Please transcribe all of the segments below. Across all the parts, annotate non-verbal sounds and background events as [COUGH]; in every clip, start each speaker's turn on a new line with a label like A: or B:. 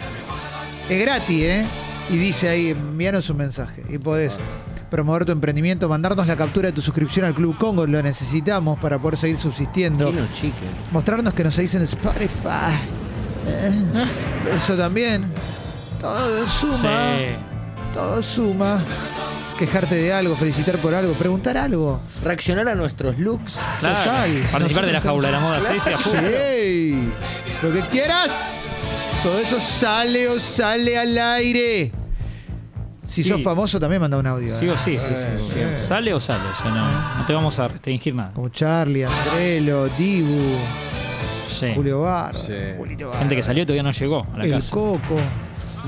A: Es gratis, ¿eh? Y dice ahí, envíanos un mensaje. Y podés promover tu emprendimiento, mandarnos la captura de tu suscripción al Club Congo. Lo necesitamos para poder seguir subsistiendo.
B: Chino chicken.
A: Mostrarnos que nos dicen Spotify. Eh, Eso también. Todo suma. Todo suma. Quejarte de algo, felicitar por algo, preguntar algo.
B: Reaccionar a nuestros looks.
C: Claro.
A: Total.
C: Participar de la
A: Nosotros
C: jaula de la moda, sí, sí, a full.
A: Sí. Lo que quieras. Todo eso sale o sale al aire. Si
C: Sí.
A: sos famoso también manda un audio.
C: Sí
A: eh.
C: o sí, sí, sí.
B: siempre.
C: Sale o sale, o sea, no, no te vamos a restringir nada.
A: Como Charlie, Andrelo, Dibu,
C: Sí.
A: Julio Barro,
B: Sí.
A: Julito Barro,
C: Gente que salió y todavía no llegó a la
A: El
C: casa.
A: Coco,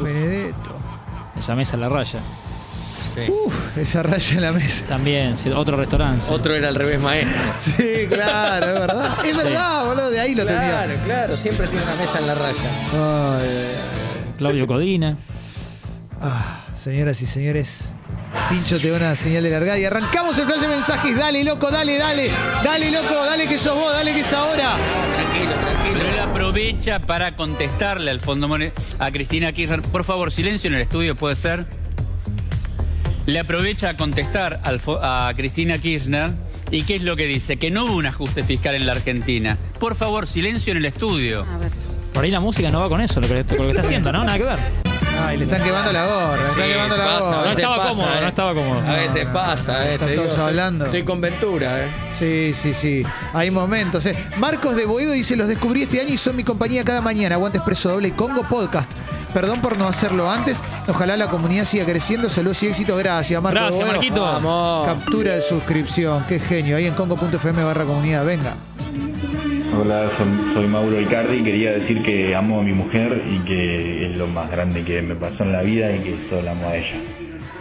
A: Benedetto.
C: Esa mesa en la raya.
B: Sí.
A: Uf, esa raya en la mesa.
C: También, sí, otro restaurante. sí.
B: Otro era al revés maestro.
A: Sí, claro, es verdad. [LAUGHS] Es verdad, boludo, de ahí lo
B: [LAUGHS] Claro,
A: tenía.
B: claro. Siempre tiene una mesa en la raya.
A: Ay, ay, ay.
C: Claudio Codina.
A: Ah, señoras y señores, Pincho te da una señal de largada y arrancamos el flash de mensajes. Dale, loco, dale, dale. Dale, loco, dale que sos vos, dale que es ahora.
D: Pero él aprovecha para contestarle al Fondo Monetario a Cristina Kirchner. Por favor, silencio en el estudio, puede ser. Le aprovecha a contestar al fo- a Cristina Kirchner. ¿Y qué es lo que dice? Que no hubo un ajuste fiscal en la Argentina. Por favor, silencio en el estudio.
E: A ver.
C: Por ahí la música no va con eso, lo que, con lo que está haciendo, ¿no? Nada que ver.
A: Ay, le están quemando la gorra, le están
B: Sí,
A: quemando la
B: pasa, a
A: gorra.
C: No
B: veces
C: estaba
B: pasa,
C: cómodo,
B: eh.
C: no estaba cómodo.
B: A veces
A: No, no, no,
B: pasa, ¿eh?
A: están
B: te
A: todos
B: estoy-
A: hablando.
B: Estoy con Ventura, ¿eh?
A: Sí, sí, sí. Hay momentos. eh. Marcos de Boedo dice, los descubrí este año y son mi compañía cada mañana. Aguante Expreso Doble y Congo Podcast. Perdón por no hacerlo antes. Ojalá la comunidad siga creciendo. Saludos y éxitos. Gracias, Marcos. de
C: Gracias,
A: Boedo.
C: Marquito. Oh.
B: Vamos.
A: Captura de suscripción. Qué genio. Ahí en congo.fm barra comunidad. Venga.
F: Hola, son- soy Mauro Icardi. Quería decir que amo a mi mujer y que es lo más grande que me pasó en la vida y que solo amo a ella.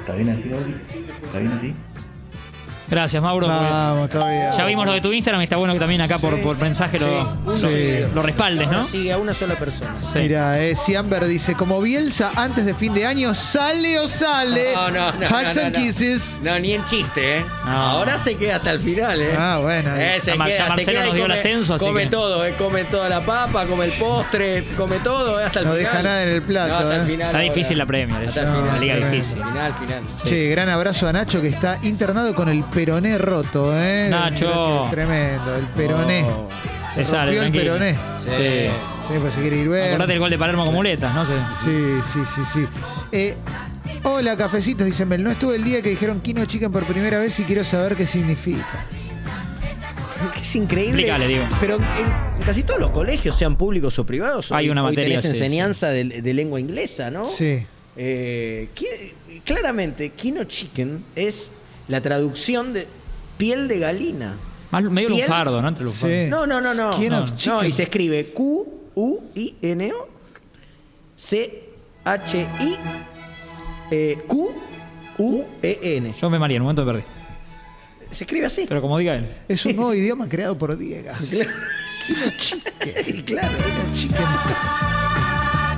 F: ¿Está bien así, Gaby? ¿Está bien así?
C: Gracias, Mauro. porque
A: Vamos, está bien.
C: Ya vimos lo de tu Instagram y está bueno que también acá por, por mensaje lo,
B: Sí, uno
C: lo-
A: sí.
C: lo respaldes, ¿no?
B: Ahora sigue a una sola persona.
C: Sí.
A: Mira, eh, si Amber dice, como Bielsa antes de fin de año, sale o sale.
B: No, no, no.
A: Hugs
B: no,
A: and
B: no.
A: kisses.
B: No, ni en chiste, ¿eh?
C: No.
B: Ahora se queda hasta el final, ¿eh?
A: Ah, bueno.
B: Eh, se
C: Ya Mar-
B: queda,
C: ya
B: se
C: Marcelo
B: queda y
C: nos dio el
B: come-
C: ascenso, así
B: Come
C: que-
B: todo, ¿eh? Come toda la papa, come el postre, come todo, ¿eh? Hasta el
A: No
B: final.
A: deja nada en el plato,
B: No, hasta
A: ¿eh?
B: el final.
C: Está
B: ahora.
C: difícil la Premier,
B: Hasta el
C: es
A: No,
B: final.
C: una liga
A: tremendo.
C: difícil.
B: Final, final.
A: Che,
C: Sí.
A: gran abrazo a Nacho que está internado con el peroné roto, ¿eh?
C: Nacho.
A: Gracias, Tremendo, el peroné.
B: Oh.
C: Se
A: Se
C: sale,
A: rompió el
C: tranquilo.
A: peroné.
B: Sí.
C: Sí.
A: Sí, pues se quiere ir ver.
C: Acordate el gol de Palermo con muletas, ¿no? Sí.
A: Sí, sí, sí, sí. Eh, hola, cafecitos, dicen Mel. No estuve el día que dijeron Kino Chicken por primera vez y quiero saber qué significa.
B: Es increíble.
C: Explícale, digo.
B: Pero en casi todos los colegios, sean públicos o privados,
C: Hay
B: hoy-
C: una
B: hoy
C: materia,
B: tenés
C: sí,
B: enseñanza De, de lengua inglesa, ¿no?
A: Sí.
B: Eh, qui- claramente, Kino Chicken es la traducción de piel de galina.
C: Más medio
B: Piel-
C: lunfardo, ¿no? Entre lunfardo.
A: Sí.
B: No, no, no, no.
A: Skin
B: no,
A: of
B: no.
A: chicken.
B: No, y se escribe Q U I N O C H I eh, Q U E N.
C: Yo me mareé, en un momento me perdí.
B: Se escribe así.
C: Pero como diga él.
A: Es un nuevo idioma creado por Diego. Kino Chicken.
B: [LAUGHS] Y claro.
A: Kino Chicken.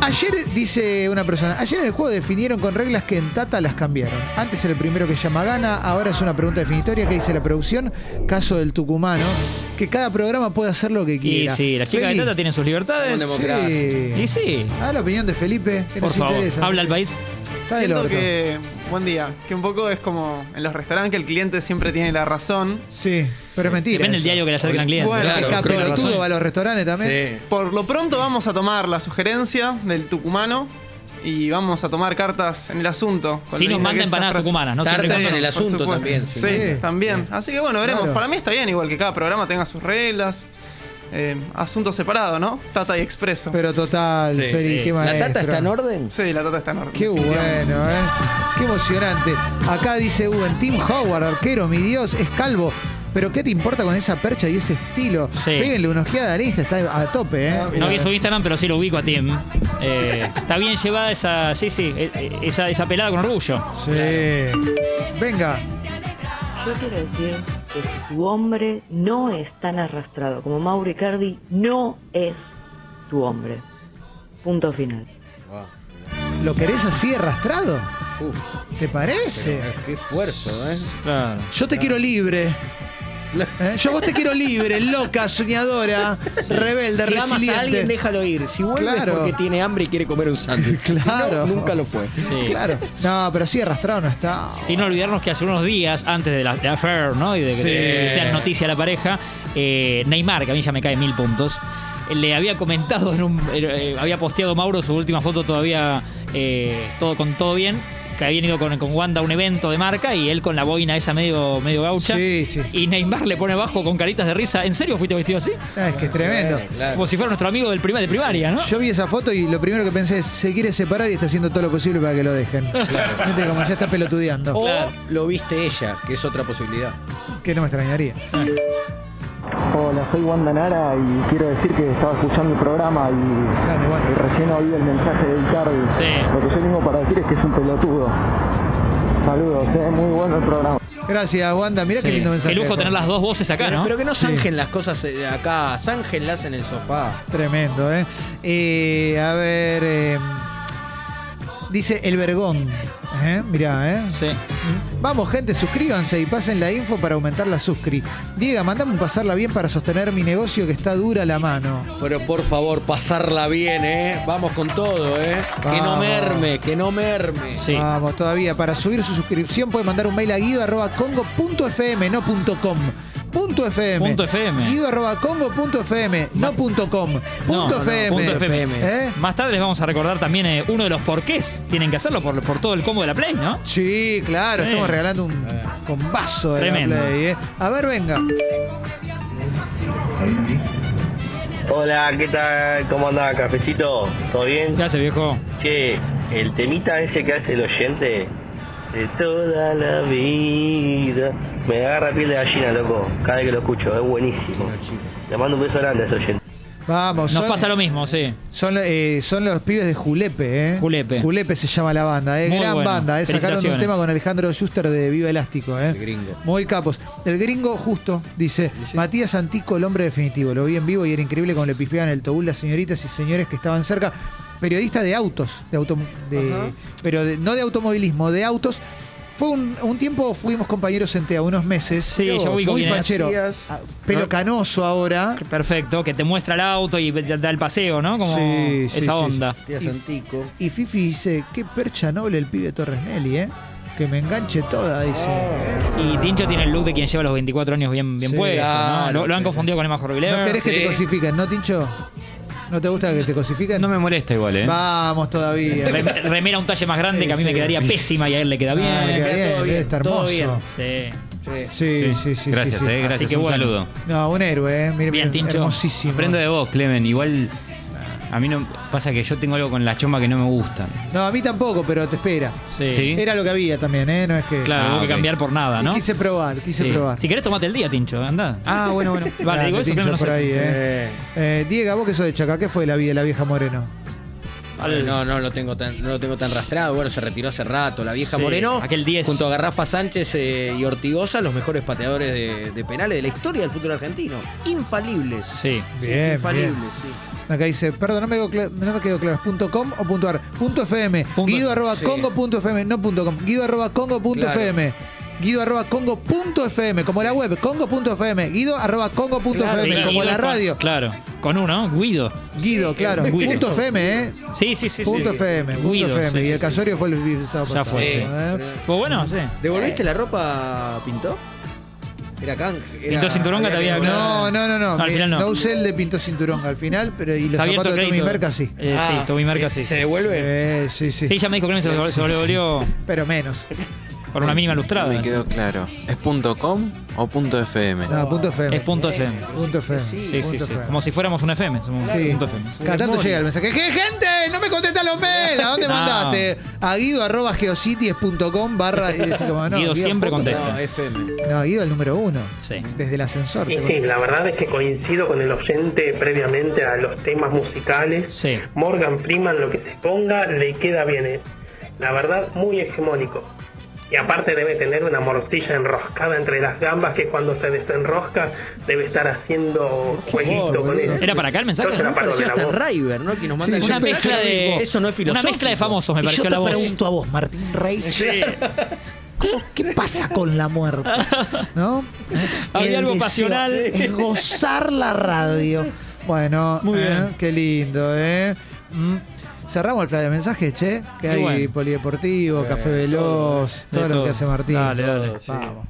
A: Ayer, dice una persona, ayer en el juego definieron con reglas que en Tata las cambiaron. Antes era el primero que llama gana, ahora es una pregunta definitoria que dice la producción, caso del tucumano. que cada programa puede hacer lo que
C: Y
A: quiera.
C: sí, las chicas de
A: Feli,
C: Tata tienen sus libertades.
B: Somos
A: Sí.
C: Y sí,
A: Ah, la opinión de Felipe, que
C: por
A: nos
C: favor.
A: interesa.
C: Habla el país.
A: Está del
G: Siento
A: orto.
G: que, buen día, que un poco es como en los restaurantes que el cliente siempre tiene la razón.
A: Sí, pero es mentira.
C: Depende del
A: eso.
C: diario que le acerquen al cliente.
G: Bueno,
A: Bueno,
C: Claro,
A: acá
C: creo que
A: pelotudo
C: razón.
A: va a los restaurantes también.
B: Sí.
G: Por lo pronto vamos a tomar la sugerencia del tucumano y vamos a tomar cartas en el asunto. con
C: Si
G: la
C: nos
G: misma
C: manda
G: que esa
C: empanadas
G: frase.
C: tucumanas, no
B: Tarde
C: siempre
B: en
C: con-
B: el
G: Por
B: asunto
G: supuesto.
B: también,
G: Sí,
B: sí.
A: Sí.
G: también. Así que bueno, veremos.
A: Claro.
G: Para mí está bien, igual que cada programa tenga sus reglas. Eh, asunto separado, ¿no? Tata y expreso.
A: Pero total,
D: Sí,
A: Feli,
C: sí.
A: qué
B: ¿La
A: maestro.
B: tata está en orden?
G: Sí, la tata está en orden.
A: Qué bueno, ¿eh? Qué emocionante. Acá dice Uben, Tim Howard, arquero, mi Dios, es calvo. Pero ¿qué te importa con esa percha y ese estilo?
C: Sí.
A: Péguenle una ojeada a la lista, está a tope, ¿eh?
C: No vi su Instagram, pero sí lo ubico a Tim. Eh, está bien llevada esa, sí, sí, eh, eh, esa, esa pelada con orgullo.
A: Sí. Venga,
H: Yo quiero decir que tu hombre no es tan arrastrado como Mauro Icardi no es tu hombre. Punto final.
A: ¿lo querés así arrastrado?
B: Uf,
A: ¿Te parece?
B: pero qué esfuerzo, ¿eh?
C: Claro.
A: Yo te quiero libre. ¿Eh? Yo a vos te quiero libre, loca, soñadora, rebelde,
B: Si amas
A: resiliente.
B: a alguien, déjalo ir. Si vuelve
A: Claro.
B: es porque tiene hambre y quiere comer un sándwich. Si no,
A: Claro.
B: nunca lo fue.
C: Sí.
A: Claro. No, pero sí arrastrado no está.
C: Sin olvidarnos que hace unos días, antes de la, de la affair, ¿no? Y de que
A: Sí.
C: te- sean noticia la pareja, eh, Neymar, que a mí ya me cae mil puntos, le había comentado, en un, eh, eh, había posteado Mauro su última foto todavía eh, todo con todo bien, que habían ido con, con Wanda a un evento de marca y él con la boina esa medio, medio gaucha.
A: Sí, sí.
C: Y Neymar le pone abajo con caritas de risa. ¿En serio fuiste vestido así?
A: Ah, es que es tremendo.
C: Como si fuera nuestro amigo del prima- de primaria, ¿no?
A: Yo vi esa foto y lo primero que pensé es, se quiere separar y está haciendo todo lo posible para que lo dejen. Viste, como ya está pelotudeando.
B: O lo viste ella, que es otra posibilidad.
A: Que no me extrañaría.
I: Hola, soy Wanda Nara y quiero decir que estaba escuchando el programa y,
A: Grande,
I: y
A: Wanda.
I: recién oí el mensaje de Icardi.
C: Sí.
I: Lo que yo tengo para decir es que es un pelotudo. Saludos, es muy bueno el programa.
A: Gracias, Wanda. Mirá qué
C: Sí.
A: lindo mensaje.
C: Qué lujo
A: dejó.
C: tener las dos voces acá,
B: Pero,
C: ¿no?
B: pero que no
A: Sí.
B: zanjen las cosas eh, acá, zanjenlas en el sofá.
A: Tremendo, ¿eh? Eh, A ver. eh, dice el vergón. ¿Eh? Mirá, ¿eh?
C: Sí.
A: Vamos, gente, suscríbanse y pasen la info para aumentar la suscri. Diego, mandame un pasarla bien para sostener mi negocio que está dura la mano.
B: Pero por favor, pasarla bien, ¿eh? Vamos con todo, ¿eh? Que no
A: Vamos.
B: merme, que no merme.
C: Sí.
A: Vamos, todavía. Para subir su suscripción puede mandar un mail a guido arroba congo punto fm, no punto com. Punto FM.
C: Punto FM.
A: Guido arroba congo punto fm, no punto com. Punto
C: No, no, no,
A: FM.
C: punto
B: FM.
A: ¿Eh?
C: Más tarde les vamos a recordar también eh, uno de los porqués tienen que hacerlo por, por todo el combo de la Play, ¿no?
A: Sí, claro,
C: Sí. Eh.
A: estamos regalando un combazo de
C: Tremendo.
A: la Play, ¿eh? A ver, venga.
I: Hola, ¿qué tal? ¿Cómo anda, cafecito? ¿Todo bien?
C: ¿Qué hace, viejo?
I: Che, el temita ese que hace el oyente de toda la vida. Me agarra piel de gallina, loco. Cada vez que lo escucho, es buenísimo. Le mando un beso grande a ese oyente.
A: Vamos,
C: Nos
A: son-
C: pasa lo mismo, sí.
A: Son, eh, son los pibes de Julepe, ¿eh?
C: Julepe.
A: Julepe se llama la banda, ¿eh?
C: Muy
A: Gran
C: bueno.
A: banda, ¿eh? Sacaron un
C: Felicitaciones.
A: tema con Alejandro Schuster de Viva Elástico, ¿eh?
B: El gringo.
A: Muy capos. El gringo, justo, dice, Matías Antico, el hombre definitivo. Lo vi en vivo y era increíble como le pispeaban el tobul las señoritas y señores que estaban cerca. Periodista de autos, de auto, de- pero de- no de automovilismo, de autos. Fue un, un tiempo, fuimos compañeros en TEA, unos meses.
C: Sí, yo ubico
A: Muy
C: quién es.
A: fachero. Ah, Pelo canoso ahora.
C: Perfecto, que te muestra el auto y te da el paseo, ¿no? Como
A: Sí, sí,
C: esa
A: sí,
C: onda.
B: Tía Santico.
A: Y Fifi dice, qué percha noble el pibe Torres Nelly, ¿eh? Que me enganche toda, dice.
J: Oh.
A: ¿eh?
C: Y Tincho tiene el look de quien lleva los 24 años bien, bien
A: Sí,
C: puesto, ¿no?
B: claro,
C: Lo, lo han
B: sí.
C: confundido con Emma Jorgilever.
A: No querés que te cosifiquen, ¿no, Tincho? ¿No te gusta que te cosifiquen?
J: No me molesta igual, ¿eh?
A: Vamos todavía.
C: Rem- Remera un talle más grande que a mí
A: Sí,
C: me
A: sí.
C: quedaría pésima y a él le queda bien.
A: Ah, le queda
B: queda
A: bien,
B: todo
A: debe
B: bien,
A: estar
B: todo
A: hermoso.
C: Sí.
B: Sí.
A: Sí, sí, sí.
J: gracias,
A: sí, sí.
J: ¿eh? Gracias.
C: Así que
J: un
C: bueno.
J: saludo.
A: No, un héroe, ¿eh? Mire,
C: Bien,
A: mire,
C: Tincho.
A: hermosísimo. Ah.
J: Aprendo de vos, Clemen. Igual a mí no pasa que yo tengo algo con la chomba que no me gusta.
A: No, a mí tampoco, pero te espera.
C: Sí.
J: Sí.
A: Era lo que había también, ¿eh? No es que...
C: Claro,
J: Ah,
C: hubo que
J: ok.
C: cambiar por nada, ¿no?
A: Quise probar, quise
C: Sí.
A: probar.
C: Si querés, tomate el día, Tincho, anda.
J: Ah, bueno, bueno.
C: [LAUGHS] Vale, digo
A: Grande,
C: eso,
A: Tincho,
C: pero no
A: por
C: sé.
A: ahí, ¿eh? Eh, Diego, vos que sos de Chaca, ¿qué fue de la vida de la vieja Moreno?
C: Al-
B: No, no lo tengo tan, no lo tengo tan rastrado. Bueno, se retiró hace rato. La vieja
C: Sí,
B: Moreno.
C: aquel 10.
B: Junto a Garrafa Sánchez eh, y Ortigosa, los mejores pateadores de, de penales de la historia del fútbol argentino. Infalibles.
C: Sí.
B: Sí,
A: Bien, bien.
B: infalibles, sí.
A: Acá dice, perdón, no me quedó, cla- no me quedó claro, ¿es punto .com o punto .ar? Punto .fm,
C: Punto-
A: guido arroba
B: sí.
A: congo punto .fm, no punto .com, guido arroba congo punto
B: Claro.
A: .fm. guido arroba congo.fm, como la web, congo.fm, guido arroba
C: Claro,
A: congo.fm,
C: sí,
A: como
C: Guido
A: la
C: con-
A: radio.
C: Claro, con uno, ¿no? Guido.
A: Guido, claro.
C: Guido.
A: Punto FM, ¿eh?
C: Sí, sí, sí.
A: Punto
C: sí.
A: FM, punto
C: Guido,
A: FM.
C: sí,
A: y
C: sí,
A: el
C: sí.
A: casorio fue el, el sábado
C: Ya fue,
A: pasado,
C: sí.
A: ¿eh?
C: Pues bueno, sí.
B: ¿Devolviste la ropa, Pintó? Era canje. era-
C: Pintó Cinturonga, te había-
B: No,
A: No, no, no, no.
C: No, al
A: mi-
C: final no.
A: no usé el de Pinto Cinturón al final, pero y los
C: Está abierto
A: zapatos
C: el
A: de Tommy
C: crédito.
A: Merca sí.
C: Eh,
B: Ah,
C: sí, Tommy Merca sí.
B: ¿Se
C: Sí,
B: devuelve?
A: Eh, sí, sí.
C: Sí, ya me dijo que no se lo- se lo devolvió
A: Pero
C: [LAUGHS]
A: menos.
C: por una mínima lustrada.
K: Me quedó claro. ¿Es punto .com o punto .fm?
A: No, punto FM.
C: Es punto FM.
A: Punto FM.
C: Sí, sí,
A: punto
C: sí.
A: FM.
C: Como si fuéramos un FM. Somos
A: Sí.
C: un punto FM.
A: Cada tanto llega el mensaje. ¡Qué gente! ¡No me contestan los mails! ¿A dónde
C: [LAUGHS] No.
A: mandaste? A guido arroba geocities.com barra. y decís como, no,
C: Guido siempre
A: punto-
C: contesta.
B: No, FM.
A: No, Guido el número uno.
C: Sí.
A: Desde el ascensor. te
L: Y sí,
A: contesta.
L: la verdad es que coincido con el oyente previamente a los temas musicales.
C: Sí.
L: Morgan Freeman, lo que se ponga, le queda bien. eh. La verdad, muy hegemónico. Y aparte debe tener una morcilla enroscada entre las gambas que cuando se desenrosca debe estar haciendo jueguito con eso.
C: ¿Era para acá el mensaje?
L: Yo se la
B: Me
L: paro
B: pareció
L: de la
B: hasta
L: voz.
B: River, ¿no? Que nos manda
A: Sí,
C: Una
A: yo pensé
C: mezcla
A: lo
B: Eso
C: de.
B: no es
C: Una
B: filosófico.
C: mezcla de famosos, me
A: Y yo
C: pareció
A: te
C: la voz.
A: pregunto a vos, Martín Rey.
C: Sí.
A: ¿cómo- ¿Qué pasa con la muerte? ¿No?
C: [LAUGHS] Había
A: El
C: algo
A: deseo
C: pasional.
A: Es gozar la radio. Bueno,
C: Muy
A: eh,
C: bien.
A: qué lindo, ¿eh? Mm. Cerramos el flash de mensaje, che. Que
C: Qué
A: hay
C: bueno.
A: polideportivo, café veloz, todo, lo
C: De
A: que
C: Eh, todo.
A: hace Martín.
C: Dale, dale.
A: Vamos.